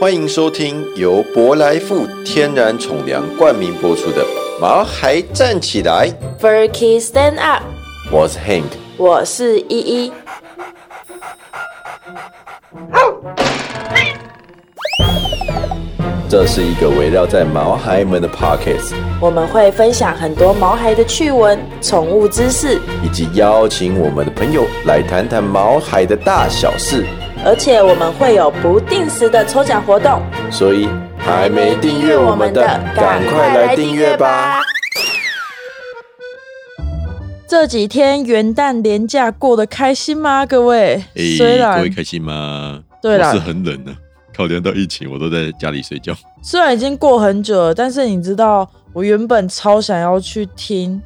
欢迎收听由博莱富天然宠粮冠名播出的《毛孩站起来》， f u r k y Stand Up，我是 Hank。我是依依。这是一个围绕在毛孩们的 Pockets，我们会分享很多毛孩的趣闻、宠物知识，以及邀请我们的朋友来谈谈毛孩的大小事。而且我们会有不定时的抽奖活动。所以还没订阅我们的，赶快来订阅吧！！这几天元旦连假过得开心吗？各位，诶，虽哎各然位开心吗？对啦我是很冷的，考量到疫情，我都在家里睡觉。虽然已经过很久了，但是你知道，我原本超想要去听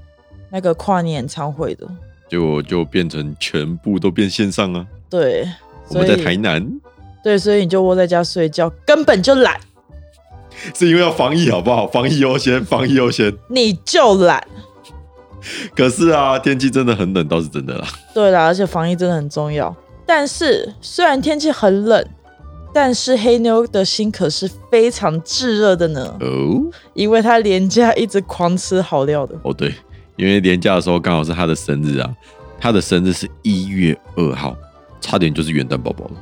那个跨年演唱会的，结果就变成全部都变线上啊！对，我所们以在台南，对，所以你就窝在家睡觉，根本就懒，是因为要防疫，好不好？防疫优先，防疫优先。你就懒。可是啊，天气真的很冷，倒是真的啦。对啦，而且防疫真的很重要。但是虽然天气很冷，但是黑妞的心可是非常炙热的呢，哦因为她连假一直狂吃好料的。哦，对，因为年假的时候刚好是他的生日啊，他的生日是一月二号，差点就是元旦宝宝了。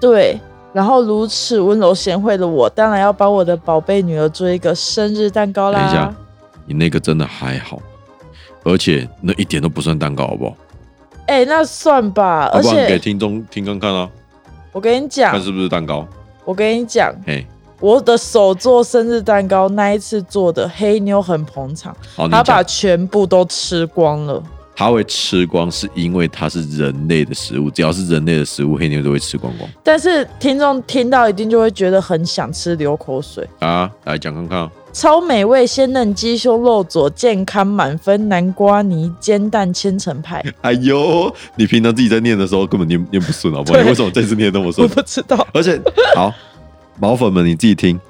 对，然后如此温柔贤惠的我，当然要帮我的宝贝女儿做一个生日蛋糕等一下啦。，你那个真的还好，而且那一点都不算蛋糕，好不好？哎、那算吧。要而不然给且啊听众听看看啊，我跟你看讲，是不是蛋糕？我跟你讲，嘿，我的手做生日蛋糕那一次做的，黑妞很捧场，好，你她把讲，全部都吃光了。它会吃光，是因为它是人类的食物，只要是人类的食物，黑妞都会吃光光但是听众听到一定就会觉得很想吃，流口水。啊！来讲看看啊，超美味鲜嫩鸡胸肉佐健康满分南瓜泥煎蛋千层 派，哎呦，你平常自己在念的时候根本念念不顺，好不好？对你为什么这次念得那么我顺？不知道，而且，好，毛粉们你自己听，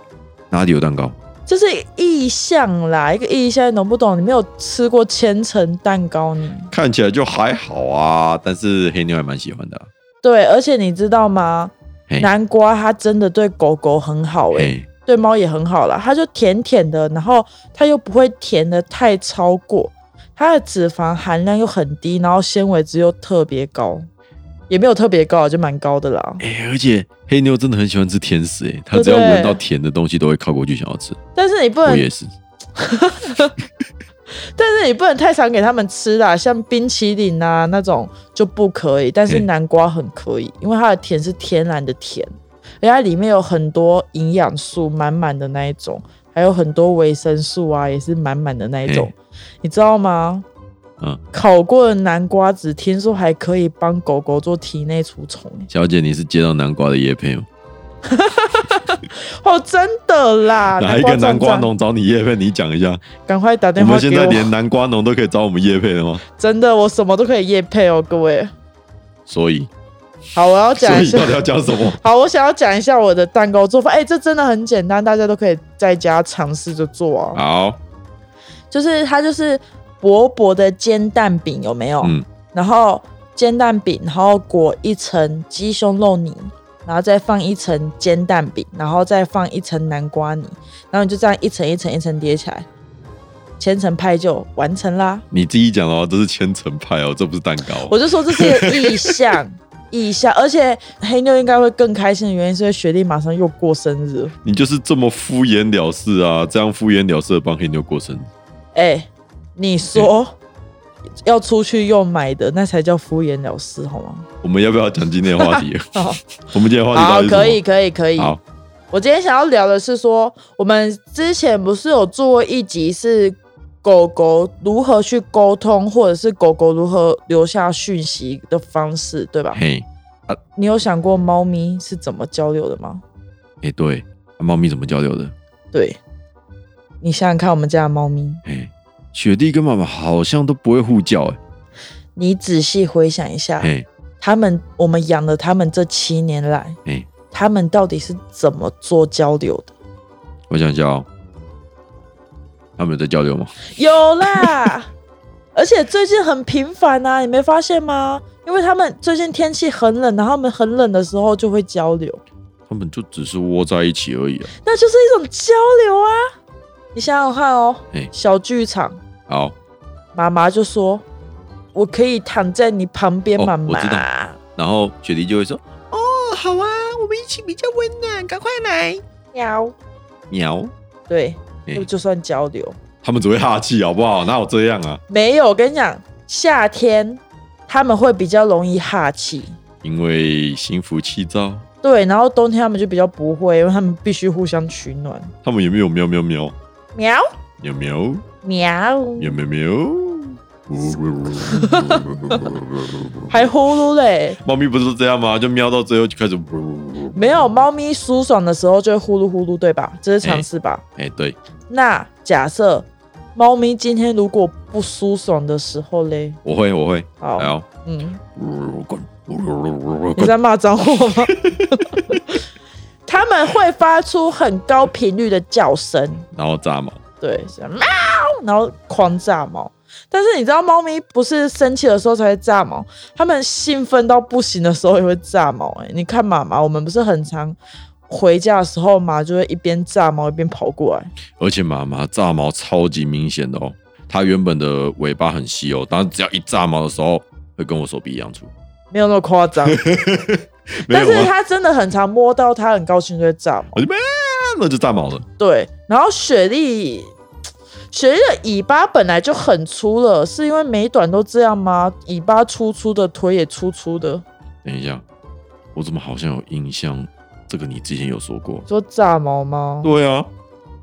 哪里有蛋糕？这是意象啦，一个意象，你懂不懂？你没有吃过千层蛋糕泥？看起来就还好啊，但是黑妞还蛮喜欢的啊、对，而且你知道吗？嘿，南瓜它真的对狗狗很好欸诶、哎嘿，对猫也很好啦，它就甜甜的，然后它又不会甜的太超过，它的脂肪含量又很低，然后纤维质又特别高，也没有特别高，就蛮高的啦。哎，而且黑妞真的很喜欢吃甜食，哎，她对只要不对闻到甜的东西都会靠过去想要吃。但是你不我能，也是，但是你不能太常给它们吃啦，像冰淇淋啊那种就不可以，但是嗯南瓜很可以，因为它的甜是天然的甜，而且它里面有很多营养素满满的那一种，还有很多维生素啊，也是满满的那一种，你知道吗？嗯，烤过的南瓜子，听说还可以帮狗狗做体内除虫、欸小姐，你是接到南瓜的叶片吗？哦，真的啦！哪一个南瓜农？农找你叶配？你讲一下。赶快打我电话们给现我！在连南瓜农都可以找我们叶配了吗？真的，我什么都可以夜配哦，各位。所以，好，我要所讲一以下到。底要讲什么？好，我想要讲一下我的蛋糕做法。哎、这真的很简单，大家都可以在家尝试着做啊。好，就是它就是薄薄的煎蛋饼，有没有？嗯然后煎蛋饼，然后裹一层鸡胸肉泥，然后再放一层煎蛋饼，然后再放一层南瓜泥，然后你就这样一层一层一层叠起来，千层派就完成啦。你自己讲哦，这是千层派哦，这不是蛋糕。我就说这是一个意向。意向，而且黑妞应该会更开心的原因是因为雪莉马上又过生日了，你就是这么敷衍了事啊！这样敷衍了事的帮黑妞过生日，哎、你说、要出去又买的，那才叫敷衍了事，好吗？我们要不要讲今天的话 题？好，我们今天的话题到好，底是什么可以，。可以，可以。好，我今天想要聊的是说，我们之前不是有做过一集是狗狗如何去沟通，或者是狗狗如何留下讯息的方式，对吧？嘿，你有想过猫咪是怎么交流的吗？哎，对，啊猫咪怎么交流的？对，你想想看，我们家的猫咪，嘿，雪莉跟妈妈好像都不会互叫，欸你仔细回想一下，哎，他们我们养了他们这七年来，嘿，嘿，他们到底是怎么做交流的？我想一下哦，他们有在交流吗？有啦， 而且最近很频繁啊，你没发现吗？因为他们最近天气很冷，然后他们很冷的时候就会交流。他们就只是窝在一起而已啊。那就是一种交流啊。你想想看哦，哎小剧场，好，妈妈就说：“我可以躺在你旁边，哦妈妈。我知道然后雪梨就会说哦，好啊，我们一起比较温暖，赶快来。喵，喵，对，哎就算交流，他们只会哈气好不好？哪有这样啊？没有。我跟你讲，夏天他们会比较容易哈气，因为心浮气躁，对，然后冬天他们就比较不会，因为他们必须互相取暖。他们有没有喵喵喵喵喵喵喵，喵喵喵？还呼噜嘞。猫咪不是都这样吗？就喵到最后就开始。没有，猫咪舒爽的时候就会呼噜呼噜，对吧？这是常识吧？哎，对，那假设猫咪今天如果不舒爽的时候嘞，我会，我会。哦好，还有，嗯，你在骂脏话 吗？他们会发出很高频率的叫声，然后炸毛。对，是喵，然后狂炸毛。但是你知道，猫咪不是生气的时候才会炸毛，它们兴奋到不行的时候也会炸毛、欸。哎，你看妈妈，我们不是很常回家的时候，妈就会一边炸毛一边跑过来。而且妈妈炸毛超级明显的哦，它原本的尾巴很细哦，但是只要一炸毛的时候，会跟我手臂一样粗。没有那么 夸张，没但有是吗？它真的很常摸到它，很高兴就会炸毛。我就咩，那就炸毛了。对，然后雪莉，雪莉的尾巴本来就很粗了，是因为美短都这样吗？尾巴粗粗的，腿也粗粗的，等一下，我怎么好像有印象？这个你之前有说过。说炸毛吗？对啊，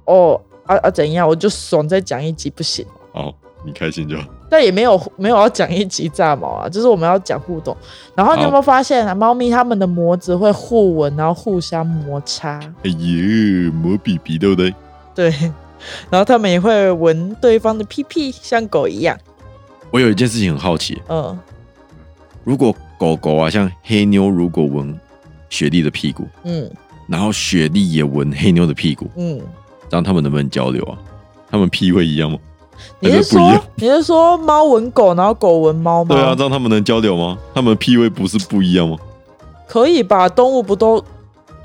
哦，啊啊，怎样？我就爽再讲一集不行，好，你开心就好。但也没有没有要讲一集炸毛啊，就是我们要讲互动。然后你有好没有发现啊，猫咪它们的膜子会互吻，然后互相摩擦，哎呦，磨鼻鼻对不对？对，然后它们也会闻对方的屁屁，像狗一样，我有一件事情很好奇，嗯如果狗狗啊，像黑妞，如果闻雪莉的屁股，嗯然后雪莉也闻黑妞的屁股，嗯。这样他们能不能交流啊？他们屁会一样吗？你还是是不一说样？你是说猫闻狗，然后狗闻猫吗？对啊，这样他们能交流吗？他们的屁味不是不一样吗？可以吧？动物不都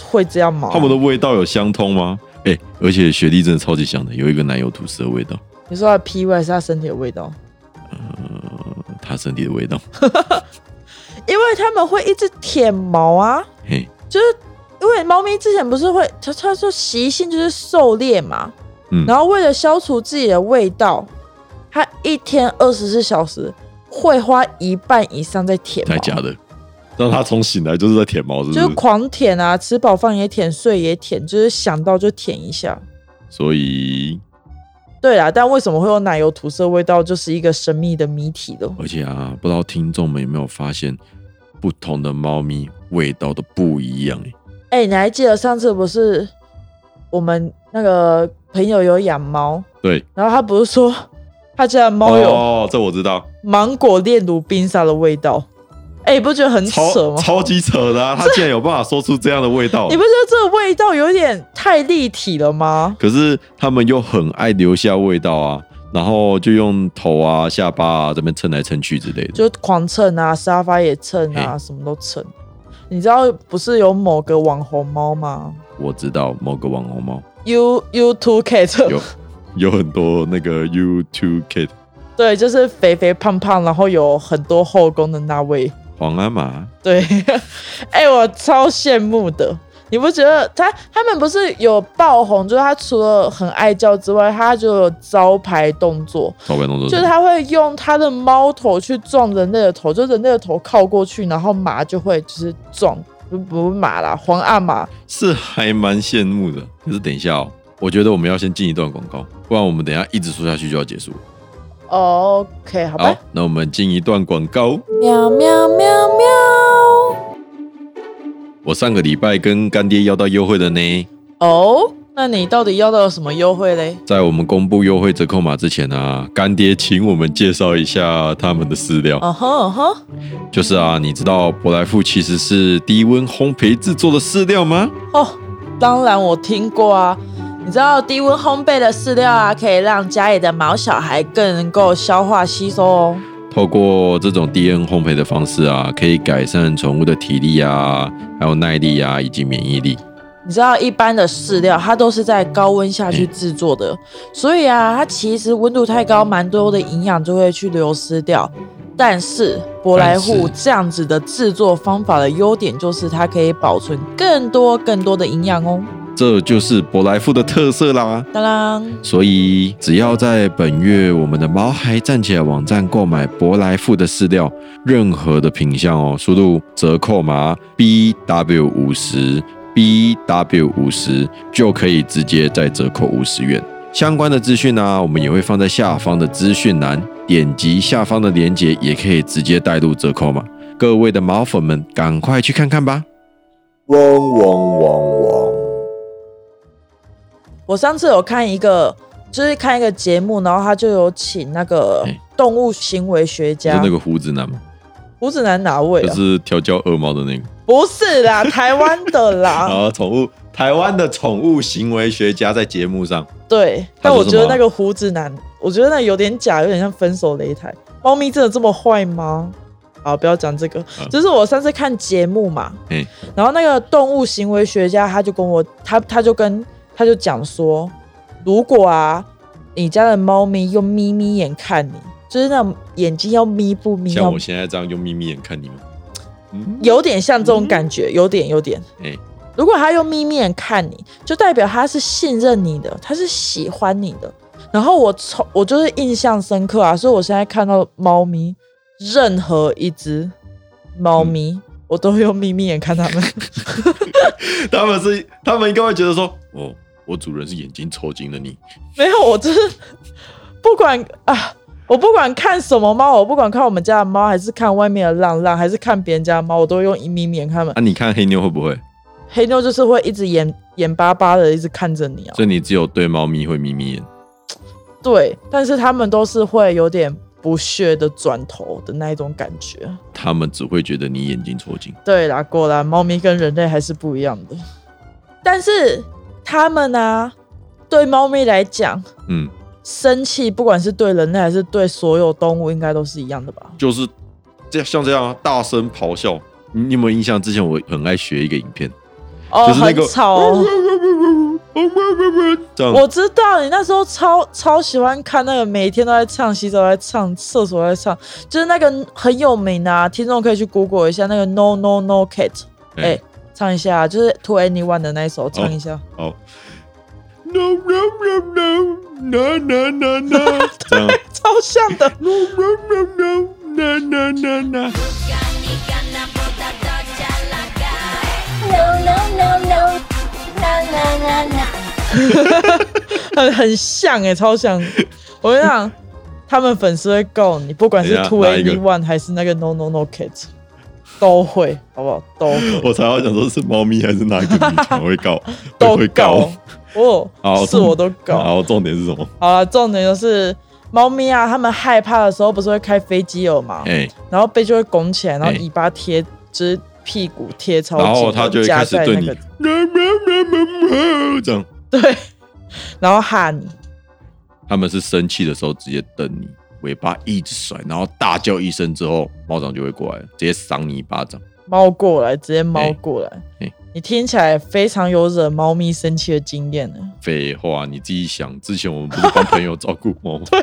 会这样吗？他们的味道有相通吗？哦哎、而且雪莉真的超级香的，有一个奶油吐司的味道，你说它的屁味还是它身体的味道？呃，她身体的味道。因为他们会一直舔毛啊，嘿，就是因为猫咪之前不是会，它它说习性就是狩猎嘛，嗯然后为了消除自己的味道，它一天二十四小时会花一半以上在舔毛，太假的，让她从醒来就是在舔毛，是不就是是？狂舔啊，吃饱饭也舔，睡也舔，就是想到就舔一下。所以，对啦，但为什么会有奶油涂色味道，就是一个神秘的谜题了。而且啊，不知道听众们有没有发现，不同的猫咪味道都不一样、欸。哎、你还记得上次不是我们那个朋友有养猫，对，然后他不是说他家的猫有哦，这我知道，芒果炼乳冰沙的味道？哎、你不觉得很扯超吗？超级扯 的、啊，它竟然有办法说出这样的味道你。不觉得这个味道有点太立体了吗？可是他们又很爱留下味道啊，然后就用头啊、下巴啊这边蹭来蹭去之类的。就狂蹭啊，沙发也蹭啊，什么都蹭。啊你知道不是有某个网红猫吗我知道某个网红猫？U U Two Cat 有有很多那个 YouTube Kid 对，就是肥肥胖胖，然后有很多后宫的那位。黄阿玛，对， 哎、我超羡慕的。你不觉得他他们不是有爆红？就是他除了很爱叫之外，他就有招牌动作，招牌动作就是他会用他的猫头去撞人类的头，就人类的头靠过去，然后马就会就是撞，不不是马啦，皇阿玛。是还蛮羡慕的。可是等一下哦，我觉得我们要先进一段广告，不然我们等一下一直说下去就要结束了。哦 OK，好吧。好，那我们进一段广告。喵喵喵喵。我上个礼拜跟干爹要到优惠的呢，哦，那你到底要到什么优惠嘞？在我们公布优惠折扣码之前啊，干爹请我们介绍一下他们的饲料。哦哼哦哼，就是啊，你知道舶来富其实是低温烘焙制作的饲料吗？哦，当然我听过啊。你知道低温烘焙的饲料啊，可以让家里的毛小孩更能够消化吸收哦。透过这种低温烘焙的方式啊，可以改善宠物的体力啊，还有耐力啊，以及免疫力。你知道一般的饲料它都是在高温下去制作的，所以啊，它其实温度太高，蛮多的营养就会去流失掉。但是舶来户但这样子的制作方法的优点就是它可以保存更多更多的营养哦。这就是舶来富的特色啦。当然，所以，只要在本月我们的毛孩站起来网站购买舶来富的饲料，任何的品项哦，输入折扣码 B W 五十 B W 五十就可以直接再折扣五十元。相关的资讯呢、我们也会放在下方的资讯栏，点击下方的链接也可以直接带入折扣码。各位的毛粉们，赶快去看看吧！嗡嗡嗡嗡。我上次有看一个，就是看一个节目，然后他就有请那个哎动物行为学就是家那个胡子男吗？胡子男哪位就啊？是调教恶猫的那个。不是啦，台湾的 啦。啊，宠物台湾的宠物行为学家在节目上，对，他但说我什觉得么啊那个胡子男，我觉得那有点假，有点像分手擂台。猫咪真的这么坏吗？好，不要讲这个。就是我上次看节目嘛，嗯然后那个动物行为学家他就跟我，他他就跟他就讲说，如果啊，你家的猫咪用眯眯眼看你，就是那种眼睛要眯不眯，像要我现在这样用眯眯眼看你们，嗯，有点像这种感觉，有点有点。哎如果他用眯眯眼看你，就代表他是信任你的，他是喜欢你的。然后我从我就是印象深刻啊，所以我现在看到猫咪，任何一只猫咪，我都会用眯眯眼看它们。他们是他们应该会觉得说，哦，我主人是眼睛抽筋了你，没有，我就是不管啊，我不管看什么猫，我不管看我们家的猫，还是看外面的浪浪，还是看别人家的猫，我都会用眯眯眼看它们。啊，你看黑妞会不会？黑妞就是会一直眼眼巴巴的一直看着你啊。所以你只有对猫咪会眯眯眼，对，但是他们都是会有点不屑的转头的那一种感觉。他们只会觉得你眼睛抽筋。对啦，果然猫咪跟人类还是不一样的。但是他们呢、对猫咪来讲，嗯，生气不管是对人类还是对所有动物，应该都是一样的吧？就是这像这样啊大声咆哮。你你有没有印象？之前我很爱学一个影片，哦，就是那个很吵、哦。这样我知道你那时候超超喜欢看那个，每天都在唱，洗澡在唱，厕所在唱，就是那个很有名啊，听众可以去 Google 一下那个 No No No Cat，哎、哎唱一下，啊就是 To Anyone 的那一首，唱一下。哦，no no no no no no no no，这 样。超像的， No, no, no, no. Na, na, na, na. 很很像哎、超像的。我跟你讲，他们粉丝会告你，不管是等一下 To 哎哪一个 Anyone 还是那个 No No No Cat，都会，好不好？都 会，我才要想说是猫咪还是哪一个女团会 告，都会告告。。哦好，是我都告。然后重点是什么？好了，重点就是猫咪啊，它们害怕的时候不是会开飞机耳嘛，哎，然后背就会拱起来，然后哎尾巴贴，就是屁股贴超紧，然后它就会开始对你夹在那个，这样。对，然后吓你，他们是生气的时候直接瞪你，尾巴一直甩，然后大叫一声之后，猫掌就会过来了，直接赏你一巴掌。猫过来，直接猫哎过来，哎你听起来非常有惹猫咪生气的经验呢。废话，你自己想，之前我们不是帮朋友照顾猫 吗？对，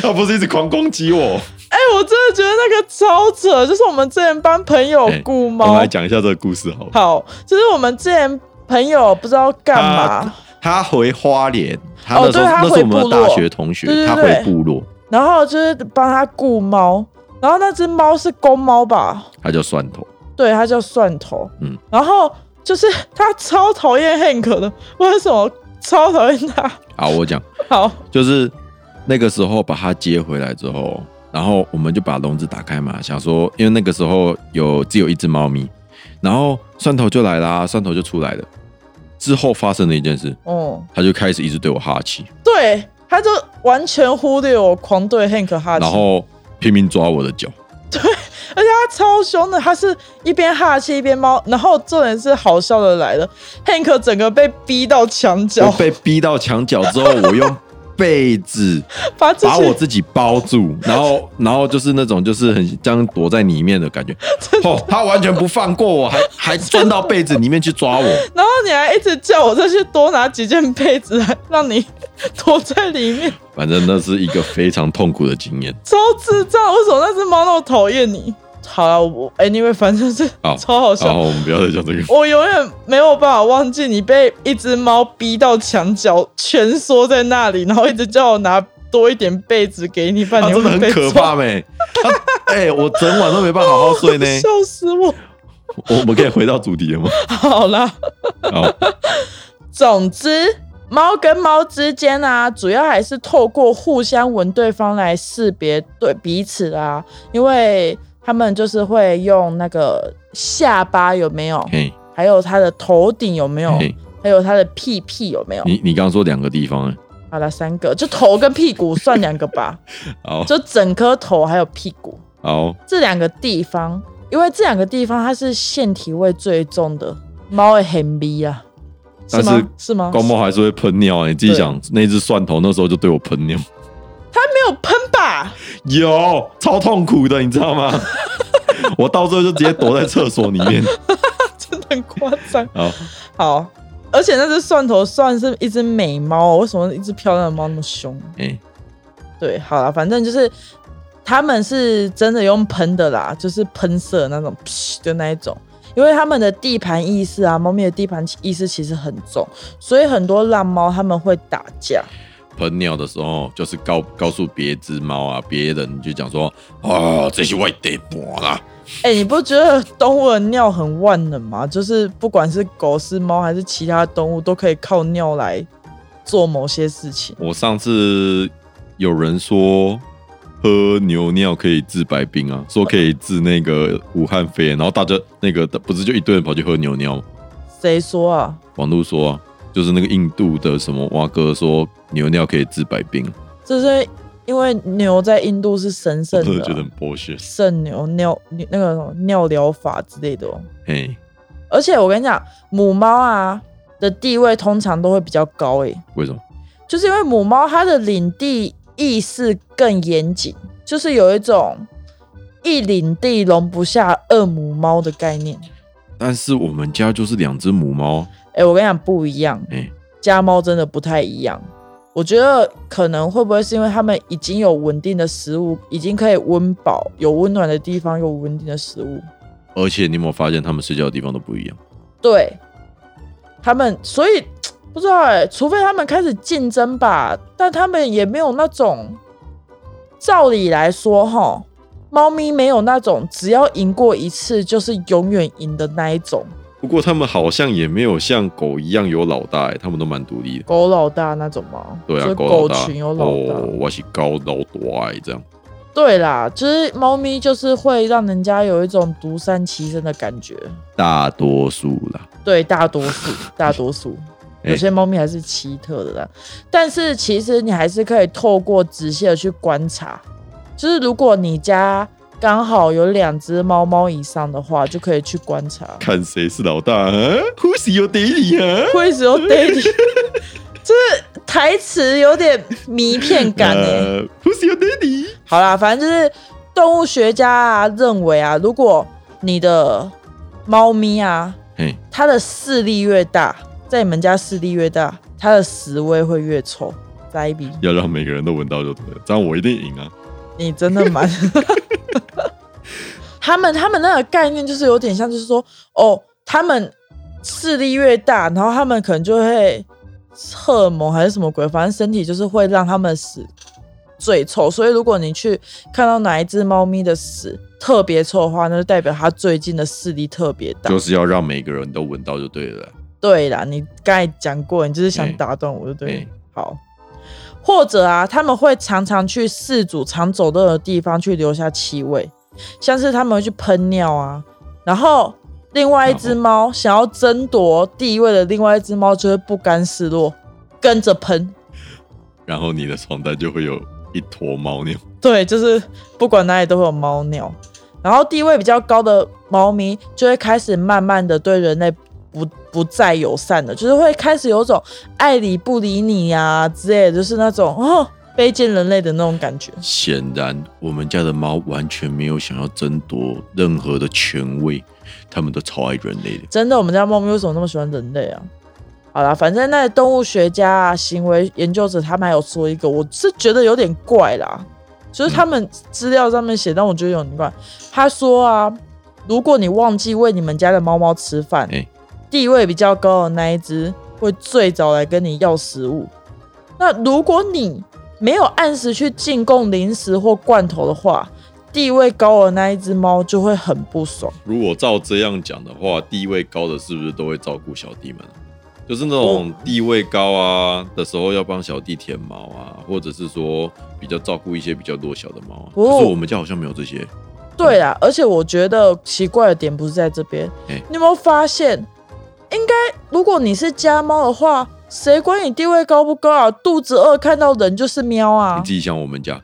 他不是一直狂攻击我。哎、我真的觉得那个超扯，就是我们之前帮朋友哎雇我们猫，来讲一下这个故事好了。好，就是我们之前朋友不知道干嘛。啊他回花莲，他那时候、哦对那他是我回们部的大落学同学，对对他对回部落，然后就是帮他雇猫，然后那只猫是公猫吧？他叫蒜头。对，它叫蒜头。嗯，然后就是他超讨厌 Hank 的，为什么超讨厌他？好，我讲，好，就是那个时候把他接回来之后，然后我们就把笼子打开嘛，想说，因为那个时候有只有一只猫咪，然后蒜头就来啦，蒜头就出来了。之后发生了一件事，嗯，他就开始一直对我哈气，对，他就完全忽略我，狂对 Hank 哈气，然后拼命抓我的脚。而且他超凶的，他是一边哈气一边猫，然后重点是好笑的来了，Hank 整个被逼到墙角我，被逼到墙角之后，我用被 子把自把我己自己包住，然后然后就是那种就是很像躲在里面的感 觉。哦，他完全不放过我，还还钻到被子里面去抓我。然后你还一直叫我再去多拿几件被子来让你 躲在里面，反正那是一个非常痛苦的经验。超智障！为什么那只猫那么讨厌你？好了，我 anyway 反正是好超好然笑。后我们不要再讲这个。我永远没有办法忘记你被一只猫逼到墙角，蜷缩在那里，然后一直叫我拿多一点被子给你，不然他你啊真的会很被可抓。怕。没？他哎、我整晚都没办法好好睡呢笑死我！我我们可以回到主题了吗？好啦， 好，总之，猫跟猫之间啊，主要还是透过互相闻对方来识别对彼此啊，因为他们就是会用那个下巴有没有，嘿，还有它的头顶有没有，嘿，还有它的屁屁有没有。你你刚刚说两个地方哎、好了，三个，就头跟屁股算两个吧，好就整颗头还有屁股好，这两个地方，因为这两个地方它是腺体味最重的，猫会很迷啊，是但吗是？是吗？光猫还是会喷尿、欸，你自己对想，那只蒜头那时候就对我喷尿，没有喷吧？有超痛苦的，你知道吗？ 我到最后就直接躲在厕所里 面。真的很夸张。好，好，而且那只蒜头算是一只美猫哦，为什么一只漂亮的猫那么凶？哎、对，好了，反正就是他们是真的用喷的啦，就是喷射那种，噗就那一种。因为他们的地盘意识啊，猫咪的地盘意识其实很重，所以很多浪猫他们会打架。喷尿的时候就是告告诉别只猫啊，别人就讲说，哦，这是外地博啦，哎、你不觉得动物的尿很万能吗？就是不管是狗、是猫还是其他动物，都可以靠尿来做某些事情。我上次有人说喝牛尿可以治百病啊，说可以治那个武汉肺炎，然后大家那个不是就一堆人跑去喝牛尿吗？谁说啊？网络说啊，就是那个印度的什么蛙哥说牛尿可以治百病，就是因为牛在印度是神我圣真的的觉得很啊， bullshit。圣牛尿那个什么尿疗法之类的哦。嘿，而且我跟你讲，母猫啊的地位通常都会比较高诶、为什么？就是因为母猫它的领地意识更严谨，就是有一种一领地容不下二母猫的概念。但是我们家就是两只母猫，哎、我跟你讲不一样，哎、家猫真的不太一样。我觉得可能会不会是因为它们已经有稳定的食物，已经可以温饱，有温暖的地方，有稳定的食物。而且你有没有发现它们睡觉的地方都不一样？对，它们所以不知道哎、除非它们开始竞争吧，但它们也没有那种，照理来说哈，猫咪没有那种只要赢过一次就是永远赢的那一种，不过它们好像也没有像狗一样有老大、欸，它们都蛮独立的。狗老大那种猫，对就啊，是狗老狗大群有老大。哦，我是高老大、欸、这样。对啦，就是猫咪就是会让人家有一种独善其身的感觉。大多数啦，对，大多 数，大多数，有哎些猫咪还是奇特的啦。但是其实你还是可以透过仔细的去观察，就是如果你家刚好有两只猫猫以上的话，就可以去观察。看谁是老大、啊、，Who's your daddy 啊？会使用 daddy，就是台词有点迷片感哎、 呃，Who's your daddy？好啦，反正就是动物学家啊认为啊，如果你的猫咪啊，嘿，它的视力越大，在你们家视力越大，它的屎味会越臭。呆逼，要让每个人都闻到就对了，这样我一定赢啊！你真的 蛮……他们他们那个概念就是有点像，就是说哦，他们视力越大，然后他们可能就会荷尔蒙还是什么鬼，反正身体就是会让他们的屎最臭。所以如果你去看到哪一只猫咪的屎特别臭的话，那就代表它最近的视力特别大。就是要让每个人都闻到就对了。对啦，你刚才讲过，你就是想嗯打断我就对了。嗯好，或者啊，他们会常常去事主常走动的地方去留下气味，像是他们会去喷尿啊。然后另外一只然后猫想要争夺地位的另外一只猫就会不甘示弱，跟着喷。然后你的床单就会有一坨猫尿，对，就是不管哪里都会有猫尿。然后地位比较高的猫咪就会开始慢慢的对人类不不再友善了，就是会开始有种爱理不理你呀、之类的，就是那种哦卑贱人类的那种感觉。显然，我们家的猫完全没有想要争夺任何的权位，它们都超爱人类的。真的，我们家猫咪为什么那么喜欢人类啊？好啦，反正那动物学家、啊、行为研究者他们还有说一个，我是觉得有点怪啦，就是他们资料上面写，但我觉得有点怪。他说啊，如果你忘记喂你们家的猫猫吃饭，哎地位比较高的那一只会最早来跟你要食物。那如果你没有按时去进贡零食或罐头的话，地位高的那一只猫就会很不爽。如果照这样讲的话，地位高的是不是都会照顾小弟们？就是那种地位高啊的时候，要帮小弟舔毛啊，或者是说比较照顾一些比较弱小的猫啊。哦可是我们家好像没有这些，对啦，而且我觉得奇怪的点不是在这边，哎你有没有发现？应该如果你是家猫的话，谁管你地位高不高啊？肚子饿看到人就是喵啊你自，己想我们家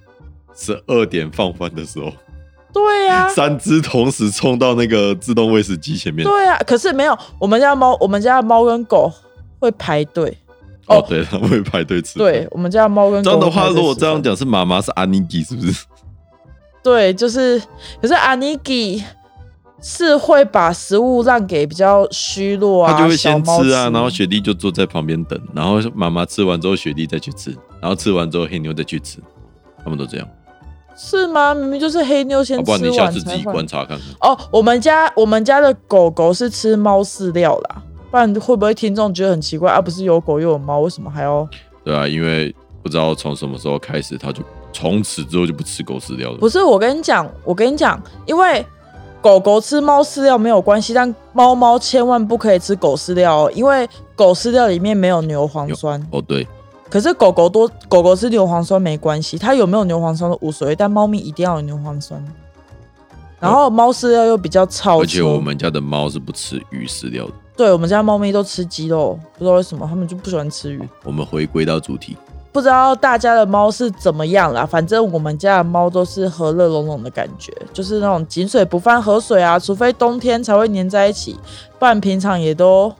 十二点放饭的时候，对呀、啊。三只同时冲到那个自动喂食机前面。对啊，可是没有，我们家猫，我们家的猫跟狗会排队。哦哦，对，他们会排队吃。对，，我们家的猫跟这狗样的会排话，队如果吃这样饭，讲，是妈妈是阿尼基，是不是？对，就是可是阿尼基是会把食物让给比较虚弱啊，他就会先小猫吃啊，然后雪莉就坐在旁边等，然后妈妈吃完之后，雪莉再去吃，然后吃完之后黑妞再去吃，他们都这样。是吗？明明就是黑妞先好，啊不吃完然才你下次自己换观察看看。哦，我们家我们家的狗狗是吃猫饲料啦，不然会不会听众觉得很奇怪啊？不是有狗又有猫，为什么还要？对啊，因为不知道从什么时候开始，他就从此之后就不吃狗饲料了。不是，我跟你讲，我跟你讲，因为狗狗吃猫饲料没有关系，但猫猫千万不可以吃狗饲料哦，因为狗饲料里面没有牛磺酸。哦，对，可是狗狗多狗狗吃牛磺酸没关系，它有没有牛磺酸都无所谓，但猫咪一定要有牛磺酸。然后猫饲料又比较超，而且我们家的猫是不吃鱼饲料的。对我们家猫咪都吃鸡肉，不知道为什么它们就不喜欢吃鱼。我们回归到主题，不知道大家的猫是怎么样啦，反正我们家的猫都是和乐融融的感觉，就是那种井水不犯河水啊，除非冬天才会黏在一起，不然平常也都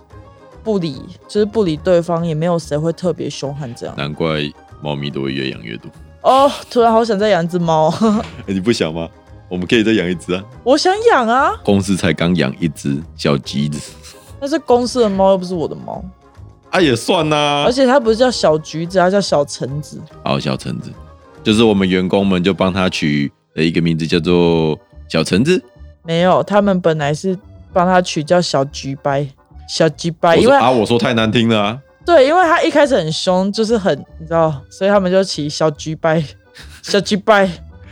不理，就是不理对方，也没有谁会特别凶悍这样。难怪猫咪都会越养越多。哦，突然好想再养一只猫， 哎、你不想吗？我们可以再养一只啊！我想养啊，公司才刚养一只小橘子，那是公司的猫，又不是我的猫，啊也算呐、而且它不是叫小橘子，它叫小橙子。好，小橙子，就是我们员工们就帮他取的一个名字叫做小橙子。没有，他们本来是帮它取叫小橘掰，小橘掰，我哎因说为啊，我说太难听了啊，对，因为他一开始很凶，就是很你知道，所以他们就起小 橘掰，小橘掰。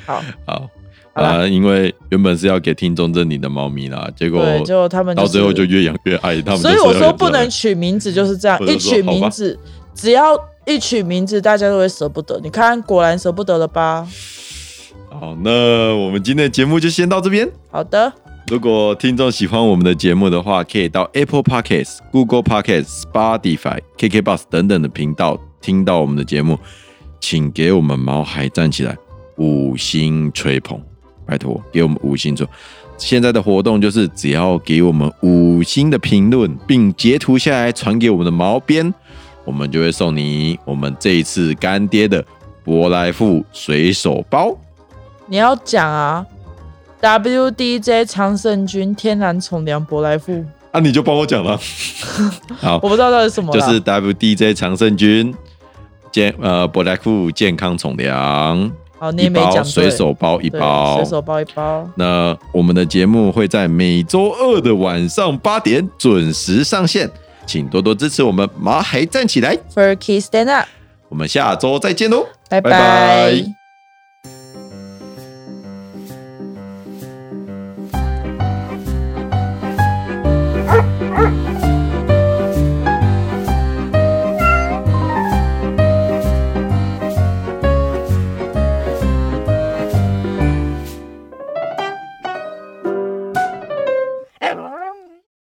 好，好好啦啊、因为原本是要给听众认领的猫咪啦，结果对，结果他们、到就是、最后就越养越爱他们。所以我说不能取名字就是这样，我就一说取好吧名字，只要一取名字，大家都会舍不得。你看，果然舍不得了吧？好，那我们今天的节目就先到这边。好的，如果听众喜欢我们的节目的话，可以到 Apple Podcasts、Google Podcasts、Spotify、KKBox 等等的频道听到我们的节目，请给我们毛孩站起来五星吹捧，拜托给我们五星吹捧。现在的活动就是只要给我们五星的评论，并截图下来传给我们的毛边，我们就会送你我们这一次干爹的博莱富水手包。你要讲啊，WDJ 常胜军天然宠粮舶来富，啊，你就帮我讲了。好，我不知道到底是什么就啦，是 WDJ 常胜军健呃博莱库健康宠粮好，你一也没包讲水手包一一包水。手包一包。那我们的节目会在每周二的晚上八点准时上线，请多多支持我们毛孩站起来， Furky stand up，我们下周再见喽，拜拜拜拜